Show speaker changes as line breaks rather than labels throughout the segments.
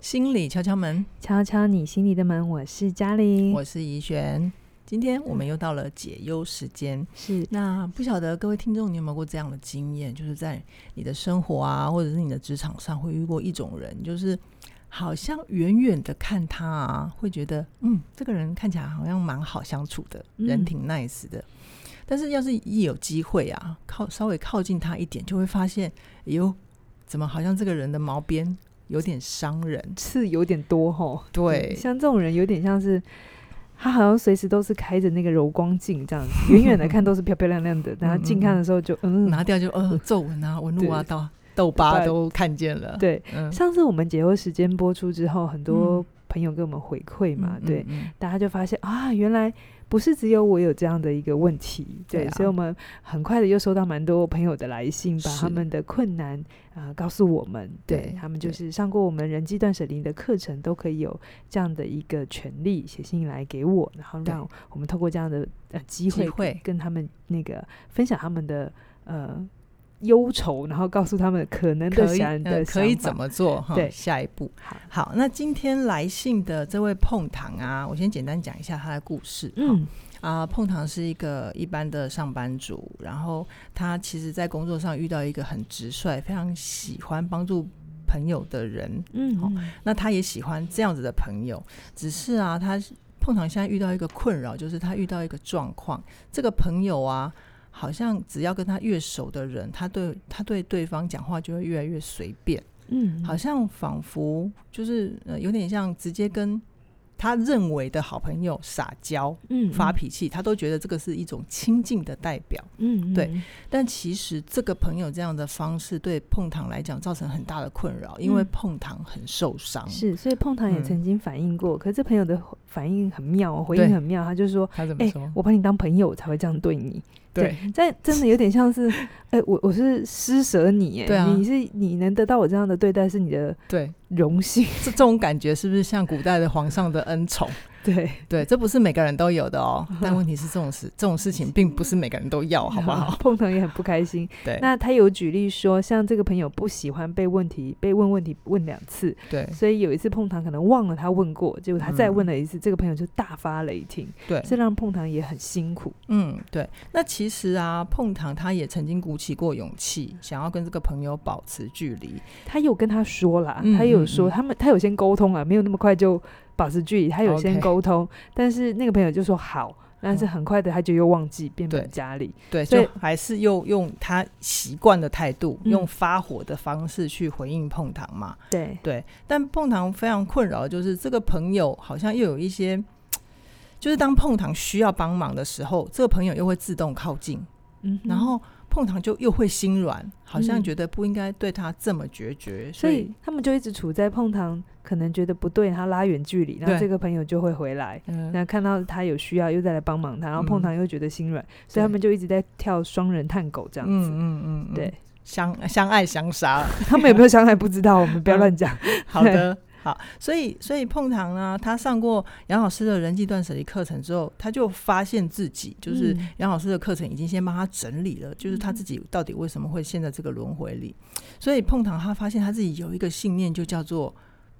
心理敲敲门，
敲敲你心里的门，我是嘉玲，
我是怡璇。今天我们又到了解忧时间。
是
那不晓得各位听众，你有没有过这样的经验？就是在你的生活啊，或者是你的职场上，会遇过一种人，就是好像远远的看他啊，会觉得嗯，这个人看起来好像蛮好相处的，人
嗯
挺 nice 的。但是要是一有机会啊，靠稍微靠近他一点，就会发现，哎呦，怎么好像这个人的毛边有点伤人？
刺有点多吼。
对
嗯像这种人有点像是。他好像随时都是开着那个柔光镜这样子，远远的看都是漂漂亮 亮的，然后近看的时候就嗯，
拿掉就呃皱纹啊、纹路啊、
对
到痘疤
对
都看见了。，
对。
嗯，
上次我们解忧时间播出之后，很多
嗯
朋友给我们回馈嘛，
嗯
对，，
嗯
大家就发现啊，原来不是只有我有这样的一个问题，对，
对啊
所以我们很快的又收到蛮多朋友的来信，把
是
他们的困难啊、呃告诉我们，对
对
他们就
对
是上过我们人际断舍离的课程，都可以有这样的一个权利写信来给我，然后
对
让我们透过这样的呃机
机
会
会
跟他们那个分享他们的呃忧愁，然后告诉他们可能的
可以
想的
呃可以
想
怎
法
么做哈？
对
下一步。
好
好，那今天来信的这位碰糖啊，我先简单讲一下他的故事。哈
嗯
啊，碰糖是一个一般的上班族，然后他其实在工作上遇到一个很直率、非常喜欢帮助朋友的人，
嗯
好
嗯
那他也喜欢这样子的朋友，只是啊，他碰糖现在遇到一个困扰，就是他遇到一个状况，这个朋友啊，好像只要跟他越熟的人，他对他对对方讲话就会越来越随便，
嗯
好像仿佛就是呃有点像直接跟他认为的好朋友撒娇
嗯
发脾气，他都觉得这个是一种亲近的代表。
嗯嗯
对
嗯
但其实这个朋友这样的方式对碰糖来讲造成很大的困扰，因为
嗯
碰糖很受伤。
是，所以碰糖也
嗯
曾经反映过，可是这朋友的回反应很妙哦，回
对
应很妙，他就说
他怎：“
哎、我把你当朋友，我才会这样对你。”
对，
但真的有点像是，哎、我我是施舍你，哎、
对啊
你是你能得到我这样的对待是你的
对，
荣幸，
这这种感觉是不是像古代的皇上的恩宠？
对，
对，这不是每个人都有的哦。 但问题是，这种事这种事情并不是每个人都要，好不 好？
碰糖也很不开心。
对
那他有举例说，像这个朋友不喜欢被问题被问问题问两次，
对
所以有一次碰糖可能忘了他问过，结果他再
嗯
问了一次，这个朋友就大发雷霆，
对，
这让碰糖也很辛苦。
嗯对。那其实啊，碰糖他也曾经鼓起过勇气，想要跟这个朋友保持距离。
他有跟他说啦，
嗯
他有
嗯
说
嗯
他们他有先沟通啊，没有那么快就保持距离，他有
OK
先沟通但是那个朋友就说好，但是
嗯
很快的他就又忘记，变
对
本加厉。
对，
所以
就还是又用他习惯的态度，
嗯
用发火的方式去回应碰糖嘛。
对，
对，但碰糖非常困扰，就是这个朋友好像又有一些，就是当碰糖需要帮忙的时候，这个朋友又会自动靠近，
嗯哼，
然后碰糖就又会心软，好像
嗯
觉得不应该对他这么决绝，所
所
以
以他们就一直处在碰糖，可能觉得不对，他拉远距离，然后
对
这个朋友就会回来。
嗯、
那看到他有需要，又再来帮忙他，然后碰
嗯
糖又觉得心软，所以他
对
们就一直在跳双人探狗这样
嗯
子。
嗯嗯，嗯
对，
相相爱相杀了。
他们有没有相爱不知道，我们不要乱讲。
好的，好，所以所以碰糖呢，他上过杨老师的人际断舍离课程之后，他就发现自己就是
嗯
杨老师的课程已经先帮他整理了，就是他自己到底为什么会陷在这个轮回里。所以碰糖他发现他自己有一个信念，就叫做。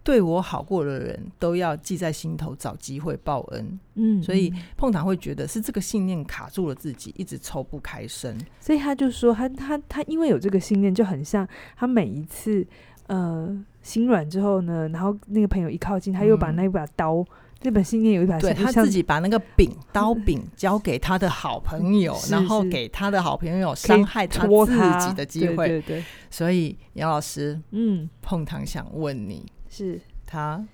对我好过的人都要记在心头，找机会报恩。
嗯
所以
嗯
碰糖会觉得是这个信念卡住了自己，一直抽不开身。
所以他就说他他他因为有这个信念，就很像他每一次呃心软之后呢，然后那个朋友一靠近，他又把
嗯
那一把刀，那本信念有一把
对他
啊像
自己把那个柄刀 柄交给他的好朋友，
是
然后
是
给他的好朋友伤害他
戳他
自己的机会。
对对对，
所以杨老师
嗯，
碰糖想问你，
是
他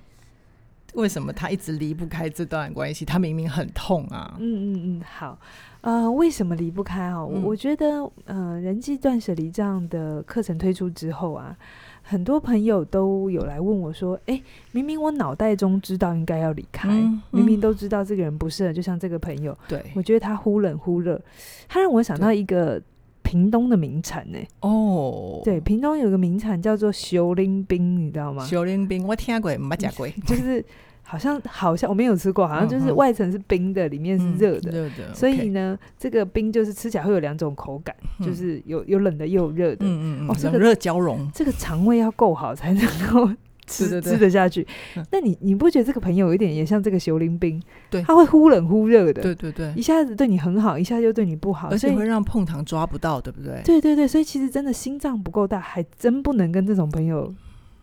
为什么他一直离不开这段关系？他明明很痛啊。
嗯嗯嗯，好，呃，为什么离不开哦？我
嗯
我觉得，呃，人际断舍离这样的课程推出之后啊，很多朋友都有来问我说，诶，明明我脑袋中知道应该要离开，
嗯
明明
嗯
都知道这个人不适合，就像这个朋友，
对，
我觉得他忽冷忽热，他让我想到一个屏东的名产呢、
哦，
对，，屏东有个名产叫做熊林冰，你知道吗？
小林兵我听过，没吃过，
就是好像好像我没有吃过，好像就是
嗯嗯
外层是冰的，里面是
嗯
热的。
热的，
所以
OK
呢这个冰就是吃起来会有两种口感，
嗯
就是有有冷的，也有热的。
嗯嗯嗯，
哦这
冷
个
热交融，
这个肠胃要够好才能够 吃
对对对
吃得下去
嗯。
那你你不觉得这个朋友有一点也像这个苻林冰？
对
他会忽冷忽热的，
对对对
一，下子对你很好，一下又对你不好，
而
所
且
以
会让碰糖抓不到，对不对？
对对对，所以其实真的心脏不够大，还真不能跟这种朋友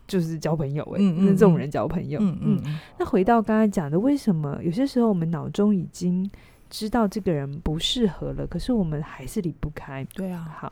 就是交朋友哎、
嗯嗯
跟这种
嗯
人交朋友。
嗯嗯嗯，
那回到刚才讲的，为什么有些时候我们脑中已经知道这个人不适合了，可是我们还是离不开？
对啊，
好，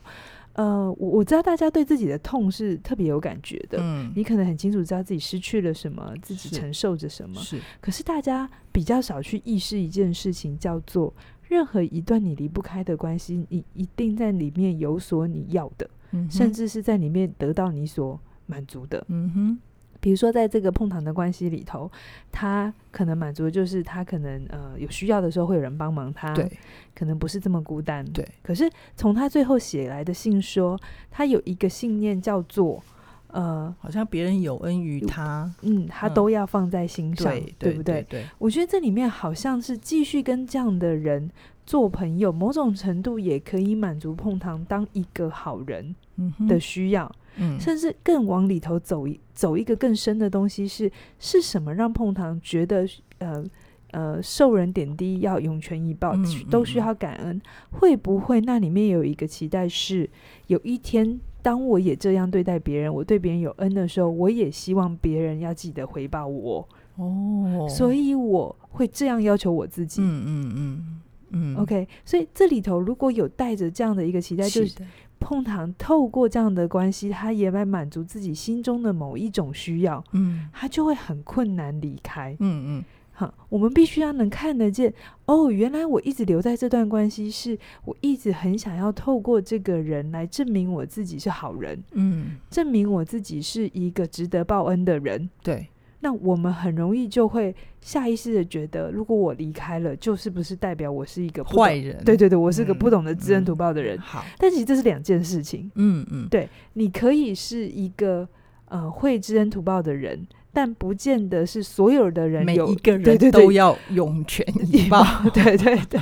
呃，我我知道大家对自己的痛是特别有感觉的，
嗯，
啊你可能很清楚知道自己失去了什么，自己
是
承受着什么。
是
可是大家比较少去意识一件事情，叫做任何一段你离不开的关系，你一定在里面有所你要的，
嗯哼
甚至是在里面得到你所满足的。
嗯哼，
比如说，在这个碰糖的关系里头，他可能满足的就是他可能呃有需要的时候会有人帮忙他，
对，
可能不是这么孤单。
对，
可是从他最后写来的信说，他有一个信念叫做呃
好像别人有恩于他，
嗯，他
嗯
都要放在心上，
对
不
对？对，
我觉得这里面好像是继续跟这样的人做朋友，某种程度也可以满足碰糖当一个好人
嗯哼
的需要，
嗯
甚至更往里头走一走一个更深的东西是是什么让碰糖觉得呃呃受人点滴要涌泉以报，
嗯
需
嗯
都
嗯
需要感恩，会不会那里面有一个期待是有一天？当我也这样对待别人，我对别人有恩的时候，我也希望别人要记得回报我。
哦，
所以我会这样要求我自己。
嗯嗯嗯嗯
OK，所以这里头如果有带着这样的一个期待，就是
是的
碰糖透过这样的关系，他也来满足自己心中的某一种需要，
嗯
他就会很困难离开。
嗯嗯，
哈，我们必须要能看得见哦，原来我一直留在这段关系，是我一直很想要透过这个人来证明我自己是好人，
嗯，
证明我自己是一个值得报恩的人。
对，
那我们很容易就会下意识的觉得，如果我离开了，就是不是代表我是一个不懂
坏？人，
对对对，我是个不
嗯
懂得知恩图
嗯
报的人。
好，
但其实这是两件事情，
嗯嗯，
你可以是一个呃会知恩图报的人，但不见得是所有的人
每
有
一个
对对
人
对
都要涌 泉以报。
对对对，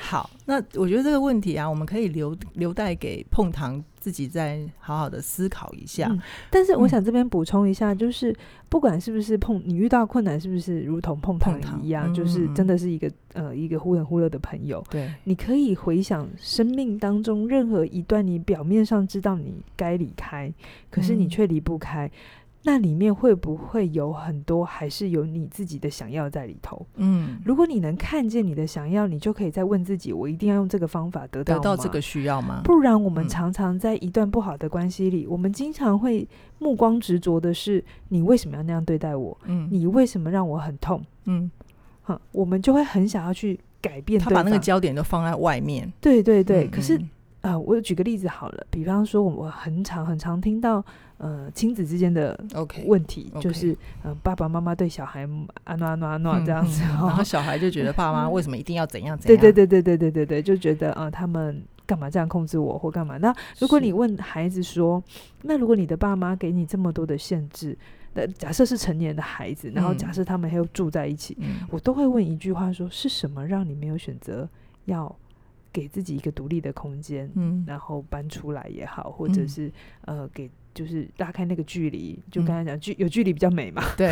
好，那我觉得这个问题啊，我们可以留留待给碰糖自己再好好的思考一下。
嗯但是我
嗯
想这边补充一下，就是不管是不是碰你遇到困难，是不是如同碰
碰
糖
糖
一样，就是
嗯嗯嗯
真的是一个呃一个忽冷忽热的朋友。
对，
你可以回想生命当中任何一段，你表面上知道你该离开，可是你
嗯
却离不开，那里面会不会有很多还是有你自己的想要在里头？
嗯，
如果你能看见你的想要，你就可以再问自己：我一定要用这个方法得到
得到
吗
这个。需要吗？
不然，我们
嗯
常常在一段不好的关系里，我们经常会目光执着的是你为什么要那样对待我？
嗯，
你为什么让我很痛？
嗯，
哼，我们就会很想要去改变
他
对
把那个
方
焦点都放在外面。
对对对，
嗯
可是
嗯
呃，我举个例子好了，比方说，我很常很常听到呃亲子之间的
OK，
问题，就
OK
是呃爸爸妈妈对小孩啊诺啊诺啊诺啊这样
嗯嗯
子
然
哦
后，小孩就觉得爸 妈为什么一定要怎样怎
对
样？
对，对对对对对对，就觉得啊、呃他们干嘛这样控制我或干嘛？那如果
是
你问孩子说，那如果你的爸妈给你这么多的限制，那假设是成年的孩子，然后假
嗯
设他们还又住在一起，
嗯
我都会问一句话说，是什么让你没有选择要给自己一个独立的空间？
嗯
然后搬出来也好，或者
嗯
是、呃给就是拉开那个距离，就刚才讲距有距离比较美嘛，
对，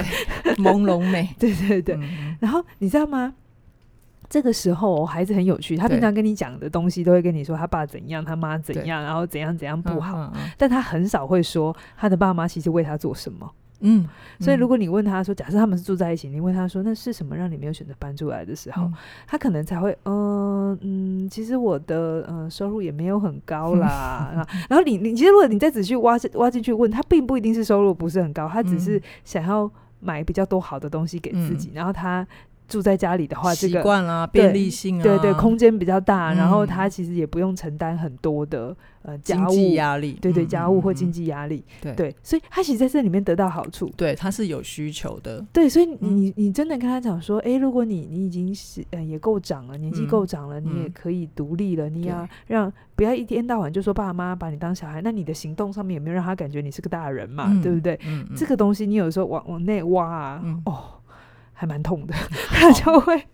朦胧美，
对对对。
嗯，
然后你知道吗？这个时候、哦，孩子很有趣，他
对
平常跟你讲的东西都会跟你说他爸怎样，他妈怎
对
样，然后怎样怎样
嗯
不好，，
嗯嗯
但他很少会说他的爸妈其实为他做什么。
嗯，
所以
嗯
如果你问他说，假设他们是住在一起，你问他说那是什么让你没有选择搬出来的时候，
嗯
他可能才会，嗯嗯，其实我的嗯收入也没有很
嗯
高啦。 然后然后你你其实如果你再仔细挖下挖进去问，他并不一定是收入不是很高，他只是
嗯
想要买比较多好的东西给自己。然后他住在家里的话，这
习
个
惯啦，
对
便利性啊，
对对空间比较大，然后
嗯
他其实也不用承担很多的呃
经
家务
济。压力，
对对，
嗯
家务或
嗯
经，
嗯
济压力，
对
对，所以他其实在这里面得到好处，
对，他是有需求的，
对，所以你、
嗯
你你真的跟他讲说，诶，如果你你已经是呃也够长了，年纪
嗯
够长了，你也
嗯
可以独立了，你
对
要让不要一天到晚就说爸妈把你当小孩，那你的行动上面有没有让他感觉你是个大人嘛，对不
嗯
对？？
嗯，嗯
这个东西你有时候往往内挖啊，
嗯哦
哦，还还蛮痛的，他就会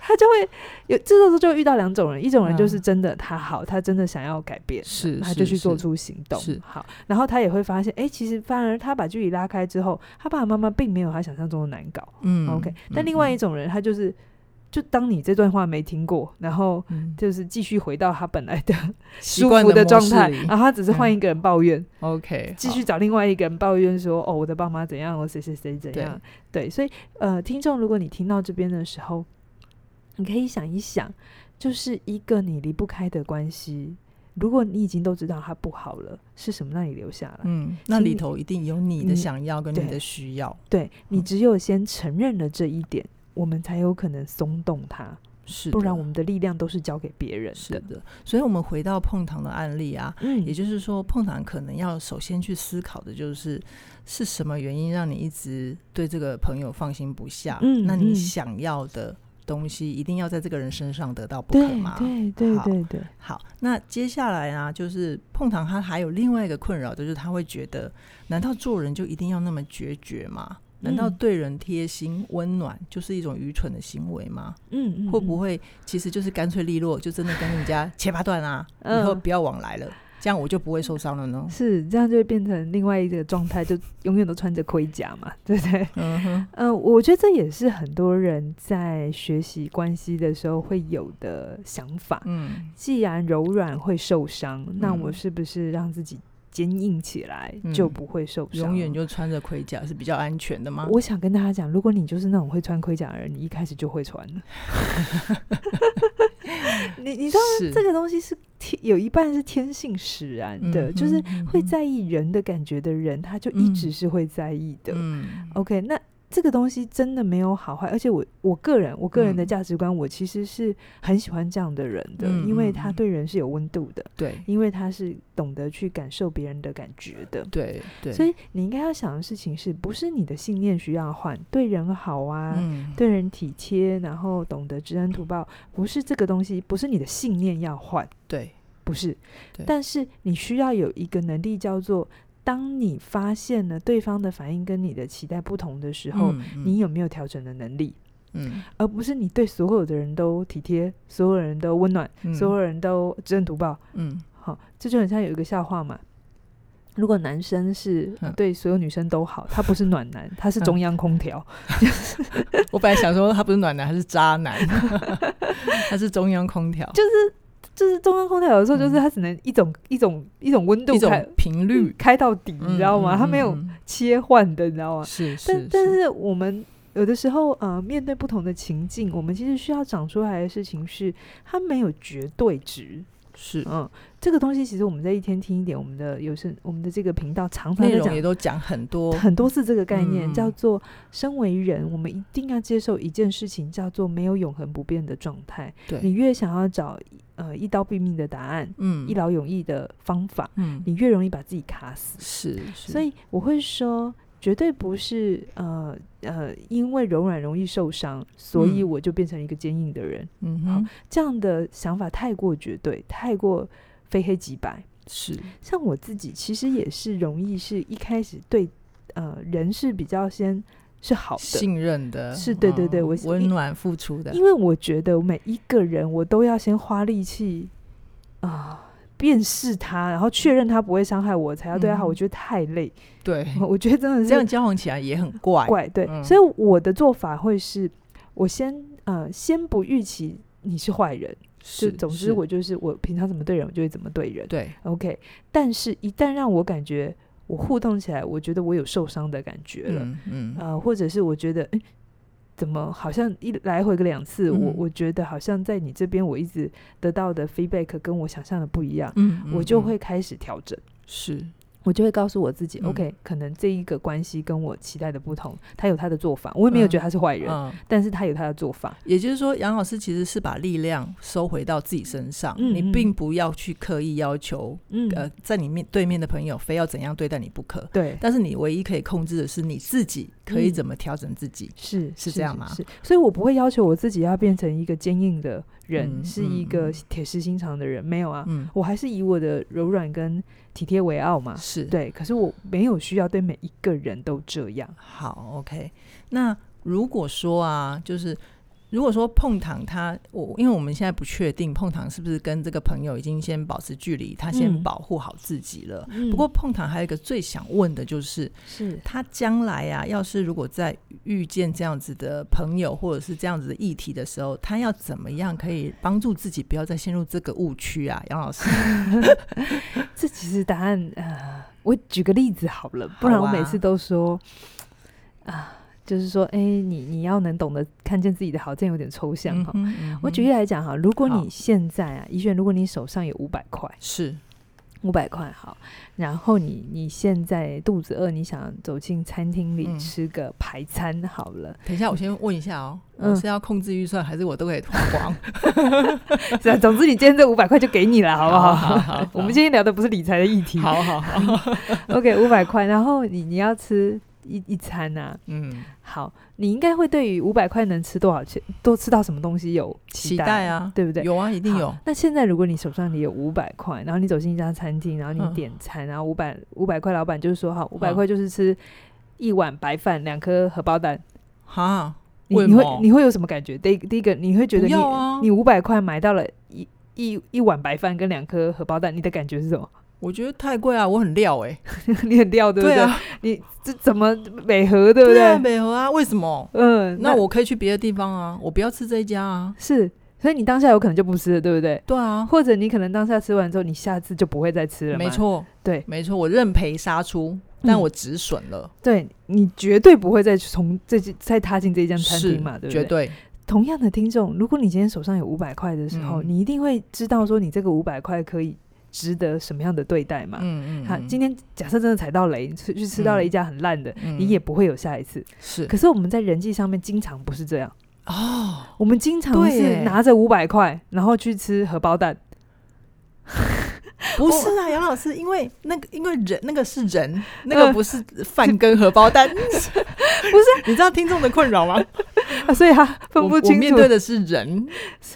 他就会有这时候就遇到两种人，一种人就是
嗯
真的他好，他真的想要改变，
是
他就去做
是
出行动。
是
好，然后他也会发现，哎、其实反而他把距离拉开之后，他爸爸妈妈并没有他想象中的难搞。
嗯
OK，但另外一种人，他就是就当你这段话没听过，然后
嗯
就是继续回到他本来的
习
舒
惯
服的
模
状
式
态，
里
然后他只是换
嗯
一个人抱怨，
OK，
继
好
续找另外一个人抱怨说：“哦，我的爸妈怎样，我谁谁谁怎
对
样。对，所以呃，听众，如果你听到这边的时候，你可以想一想，就是一个你离不开的关系，如果你已经都知道它不好了，是什么让你留下来？
嗯，那
请
里
你
头一定有你的
你
想要跟你
对
的需要，
对你
嗯
只有先承认了这一点，我们才有可能松动它，
是
不然
的
我们的力量都是交给别人
是
的。
的。所以，我们回到碰糖的案例啊，
嗯
也就是说，碰糖可能要首先去思考的就是是什么原因让你一直对这个朋友放心不下？
嗯
那你
嗯
想要的东西一定要在这个人身上得到不
对
可吗？
对对
好
对对，
好，那接下来啊，就是碰糖他还有另外一个困扰，就是他会觉得，难道做人就一定要那么决绝吗？难道
嗯
对人贴心温暖就是一种愚蠢的行为吗？
嗯嗯，
会不
嗯
会其实就是干脆利落，就真的跟人家切八段啊，
嗯
以后不要往来了，这样我就不会受伤了呢？
是这样就会变成另外一个状态，就永远都穿着盔甲嘛，对不对？
嗯哼，
嗯、我觉得这也是很多人在学习关系的时候会有的想法。
嗯，
既然柔软会受伤，那
嗯
我是不是让自己坚硬起来
嗯
就不会受伤？
永远就穿着盔甲是比较安全的吗？
我想跟大家讲，如果你就是那种会穿盔甲的人，你一开始就会穿 了。你你知道
是
这个东西是天有一半是天性使然的，
嗯
就是
哼
会
嗯哼
在意人的感觉的人，他就一
嗯
直是会在意的。哦
嗯
OK，那这个东西真的没有好坏，而且我我个人我个人的
嗯
价值观，我其实是很喜欢这样的人的，
嗯
因为
嗯
他
嗯
对人是有温度的，
对
因为他是懂得去感受别人的感觉的。
对对，
所以你应该要想的事情是不是你的信念需要换，对人好啊，
嗯
对人体贴，然后懂得知恩图报，不是这个东西，不是你的信念要换，
对
不是
对，
但是你需要有一个能力叫做，当你发现了对方的反应跟你的期待不同的时候，
嗯嗯
你有没有调整的能力，
嗯
而不是你对所有的人都体贴，所有人都温暖，
嗯
所有人都知恩图报，
嗯
好，这就很像有一个笑话嘛。如果男生是
嗯
对所有女生都好，他不是暖男，他是中央空调。
我本来想说他不是暖男，他是渣男， 他是中央空调，
就是中央空调有时候就是
嗯
他只能一种、一种一种温度
一
开
种频率，
开到底，
嗯
你知道吗？
嗯
他没有
嗯
切换的，你知
嗯
道吗？
是是
但，但是我们有的时候呃，面对不同的情境，我们其实需要长出来的事情是，它没有绝对值。
是
嗯，这个东西其实我们在一天听一点，我们的有声我们的这个频道常常
内
在
容也
讲。
都讲很多，
很多次这个概念、
嗯
叫做，身为人，我们一定要接受一件事情，叫做没有永恒不变的状态。你
对，
越想要找呃一刀毙命的答案，
嗯
一劳永逸的方法，
嗯
你越容易把自己卡死。
是，是
所以我会说，绝对不是呃呃，因为柔软容易受伤，所以
嗯
我就变成一个坚硬的人。
嗯哼
这样的想法太过绝对，太过非黑即白。
是
像我自己，其实也是容易是一开始对呃人是比较先是好的。
信任的，
是对对对
嗯
我
温暖付出的，
因为我觉得每一个人，我都要先花力气啊、辨识他，然后确认他不会伤害我，才要对他好。
嗯
我觉得太累，
对，
我觉得真的是
这样交往起来也很怪，
嗯怪对，
嗯，
所以我的做法会是，我先呃先不预期你是坏人，就是总
是
之我就是我平常怎么对人，我就会怎么对人。
对
OK，但是一旦让我感觉我互动起来，我觉得我有受伤的感觉了，
嗯嗯
呃，或者是我觉得，诶怎么好像一来回个两次，我
嗯
我觉得好像在你这边我一直得到的 feedback 跟我想象的不一样，
嗯，
我就
嗯
会开始调整。
是
我就会告诉我自己、
嗯
o k 可能这一个关系跟我期待的不同，他有他的做法，我也没有觉得他是坏人，
嗯。
但是他有他的做法。
也就是说，杨老师其实是把力量收回到自己身上，
嗯
你
嗯
并不要去刻意要求，
嗯，
呃，在你面对面的朋友非要怎样对待你不可。
对，
但是你唯一可以控制的是你自己，可以
嗯
怎么调整自己。
是
是这样吗
是，所以我不会要求我自己要变成一个坚硬的人，
嗯
是一个
嗯嗯
铁石心肠的人，没有啊，
嗯，
我还是以我的柔软跟体贴为傲嘛。
是，
对，可是我没有需要对每一个人都这样。
好，OK。那如果说啊，就是如果说碰糖他，我因为我们现在不确定碰糖是不是跟这个朋友已经先保持距离，他先
嗯
保护好自己了。
嗯
不过碰糖还有一个最想问的就是，
是
他将来啊，要是如果在遇见这样子的朋友或者是这样子的议题的时候，他要怎么样可以帮助自己不要再陷入这个误区啊？杨老师，
这其实答案呃，我举个例子好了，不然
好
我每
啊
次都说啊，就是说，哎，你你要能懂得看见自己的好，这样有点抽象哈。
嗯哼嗯哼
我举例来讲哈，如果
好
你现在啊，怡璇，如果你手上有五百块，
是
五百块好，然后你你现在肚子饿，你想走进餐厅里
嗯
吃个排餐好了，
等一下，我先问一下哦，
嗯
我是要控制预算，还是我都可以花光？
总啊总之你今天这五百块就给你了，好不好？
好好好
我们今天聊的不是理财的议题。
好好好，
，OK，五百块，然后你你要吃一一餐啊，
嗯，
好，你应该会对于五百块能吃多少钱，多吃到什么东西有
期
待，
待啊，
对不对？
有啊，一定
好
有，
那现在如果你手上你有五百块，然后你走进一家餐厅，然后
嗯
你点餐，然后五百五百块，老板就是说，好，五百
嗯
块就是吃一碗白饭，两颗荷包蛋。
哈，
你
为
你
毛
会你会有什么感觉？第一第一个，你会觉得
不
你、
要啊
你五百块买到了一一一碗白饭跟两颗荷包蛋，你的感觉是什么？
我觉得太贵啊，我很料哎，
你很掉，对不对？
啊，
你这怎么美和，对不对？
啊，美和啊，为什么？
嗯，
那我可以去别的地方啊，我不要吃这一家啊，
是，所以你当下有可能就不吃了，对不对？
对啊，
或者你可能当下吃完之后，你下次就不会再吃了嘛。
没，错，
对
啊没错，我认赔杀出，
嗯
但我止损了，
对你绝对不会再从这间再踏进这间餐
是
厅嘛，对不
绝
对？
对，
同样的听众，如果你今天手上有五百块的时候，
嗯
你一定会知道说你这个五百块可以值得什么样的对待嘛。
嗯嗯，
好，
嗯
今天假设真的踩到雷，你去去吃到了一家很烂的，
嗯
你也不会有下一次。
是
可是我们在人际上面经常不是这样，
哦，
我们经常
对耶
是拿着五百块，然后去吃荷包蛋。
不是啊，杨老师，因为那个，因为人那个是人，
嗯
那个不是饭跟荷包 蛋，不是？你知道听众的困扰吗？
啊，所以他分
我
不
我
清
面
楚
对的是人，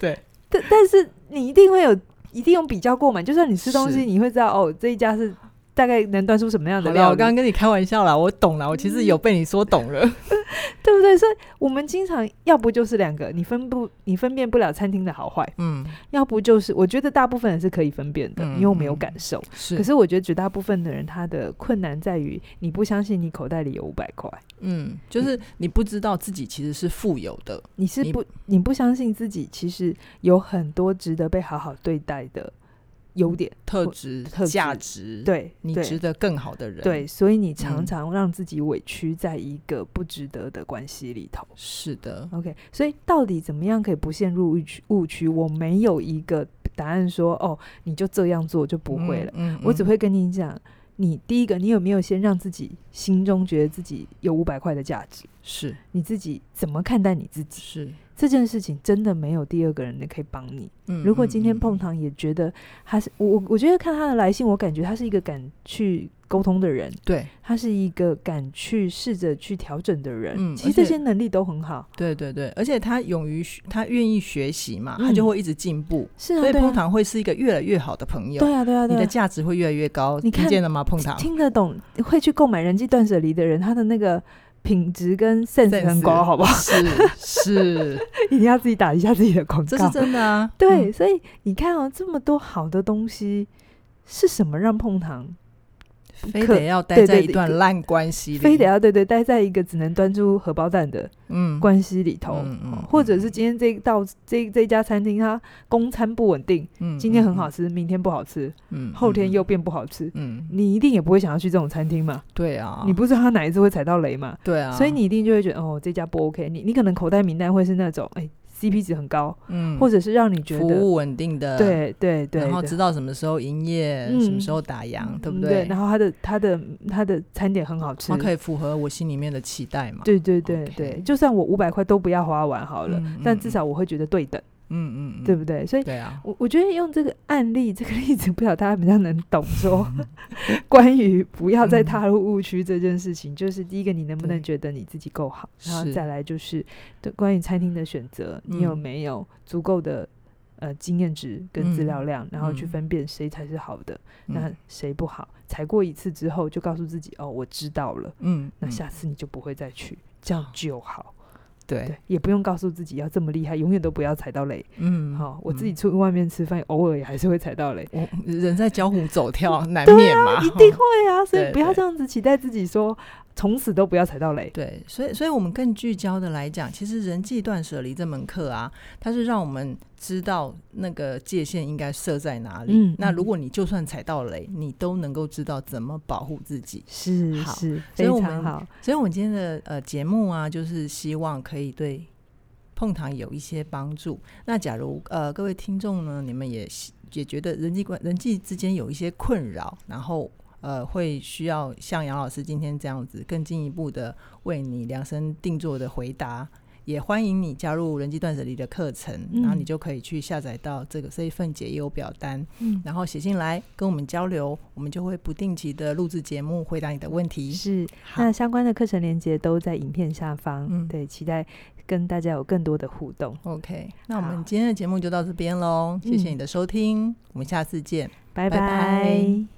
对，
但但是你一定会有，一定有比较过嘛。就算你吃东
是
西，你会知道哦，这一家是大概能端出什么样
好
的
了，
料
我
理，
刚刚跟你开玩笑啦，我懂了，我其实有被你说懂 了，
对不对？所以我们经常要不就是两个，你分不你分辨不了餐厅的好坏，
嗯，
要不就是我觉得大部分人是可以分辨的，
嗯
因为我们有
嗯
感受。可
是，
是我觉得绝大部分的人他的困难在于你不相信你口袋里有五百块，
嗯，就是你不知道自己其实是富有的，
你是
你
不你不相信自己其实有很多值得被好好对待的优点，
特质
特、质
价值，，
嗯对
嗯你
对
值得更好的人，
对，，所以你
嗯
常常让自己委屈在一个不值得的关系里头。
是的，
OK，所以到底怎么样可以不陷入误区？误区，我没有一个答案说哦，你就这样做就不会了。
嗯，嗯
我只会跟你讲，你第一个，你有没有先让自己心中觉得自己有五百块的价值？
是
你自己怎么看待你自己
是，
这件事情？真的没有第二个人可以帮你。
嗯
如果今天碰
到，
糖也觉得他是我，我我觉得看他的来信，我感觉他是一个敢去沟通的人。
对
他是一个敢去试着去调整的人。
嗯
其实
而且
这些能力都很好，
对对对，而且他勇于学他愿意学习嘛，
嗯
他就会一直进步。
是啊，
所以
对啊
碰糖会是一个越来越好的朋友，
对啊，对啊，
你
对
的
啊。
价值会越来越高。
你看
听见了吗？碰糖
听得懂会去购买人际断舍离的人，他的那个品质跟 sense 很
Sense
高，好不 好？
是 是，
一定要自己打一下自己的广告。
这是真的啊。
对，
嗯，
所以你看哦，这么多好的东西，是什么让碰糖
非
可
得要待
对
在
对
一
对
段
对
烂关系里，
非得要对对待在一个只能端出荷包蛋的
嗯，
关系里头？哦
嗯嗯嗯
或者是今天这到这这家餐厅，它供餐不稳定，
嗯
今天很好，吃，明天不好吃，
嗯，嗯
后天又，变不好吃，
嗯嗯，
你一定也不会想要去这种餐厅嘛？
对啊，
你不知道他哪一次会踩到雷嘛？
对啊，
所以你一定就会觉得哦，这家不 OK。你你可能口袋名单会是那种哎、CP 值很高，
嗯，
或者是让你觉
服
得
务稳定的，，
对对对，
然后
对
知道什么时候营业，什么
嗯
时候打烊，对不
嗯
对？
然后他的他的他的餐点很好吃
它，可以符合我心里面的期待嘛？
对对对
OK
对，就算我五百块都不要花完好了，
嗯
但
嗯
至少我会觉得对等，
嗯嗯嗯，
对不对？所以。
对啊，
我我觉得用这个案例，这个例子，不晓得大家比较能懂 说，关于不要再踏入误区这件事情，就是第一个，你能不能
嗯对
觉得你自己够好，然后
是
再来就是对关于餐厅的选择，你有
嗯
没有足够的呃经验值跟资料量，然后去
嗯
分辨谁才是好的，那
嗯
谁不好。踩过一次之后，就告诉自己哦，我知道了，
嗯，
那
嗯
下次你就不会再去，这样就好。
对，
对，也不用告诉自己要这么厉害，永远都不要踩到雷。
嗯
好、我自己
嗯哦
出去外面吃饭，偶尔也还是会踩到雷，
我嗯人 在 江湖走跳，难
对
免嘛，
一
哈
定会啊。所以
对
不要
对
这样子期待自己说，从此都不要踩到雷。
对，所以，所以我们更聚焦的来讲，其实人际断舍离这门课啊，它是让我们知道那个界限应该设在哪里。
嗯
那
嗯
如果你就算踩到雷，你都能够知道怎么保护自己。
是
好
是，
所
非
以我
常
们
好。
所以，我们今天的呃节目啊，就是希望可以对碰糖有一些帮助。那假如呃各位听众呢，你们也希也觉得人际关人际之间有一些困扰，然后呃会需要像杨老师今天这样子更进一步的为你量身定做的回答。也欢迎你加入人际断舍离的课程，
嗯
然后你就可以去下载到这个这一份解忧表单，
嗯，
然后写进来跟我们交流，我们就会不定期的录制节目，回答你的问题。
是。
好
那相关的课程链接都在影片下方。
嗯
对，期待跟大家有更多的互动。
OK，那我
好
们今天的节目就到这边喽，谢谢
嗯
你的收听，我们下次见。
拜
拜拜
拜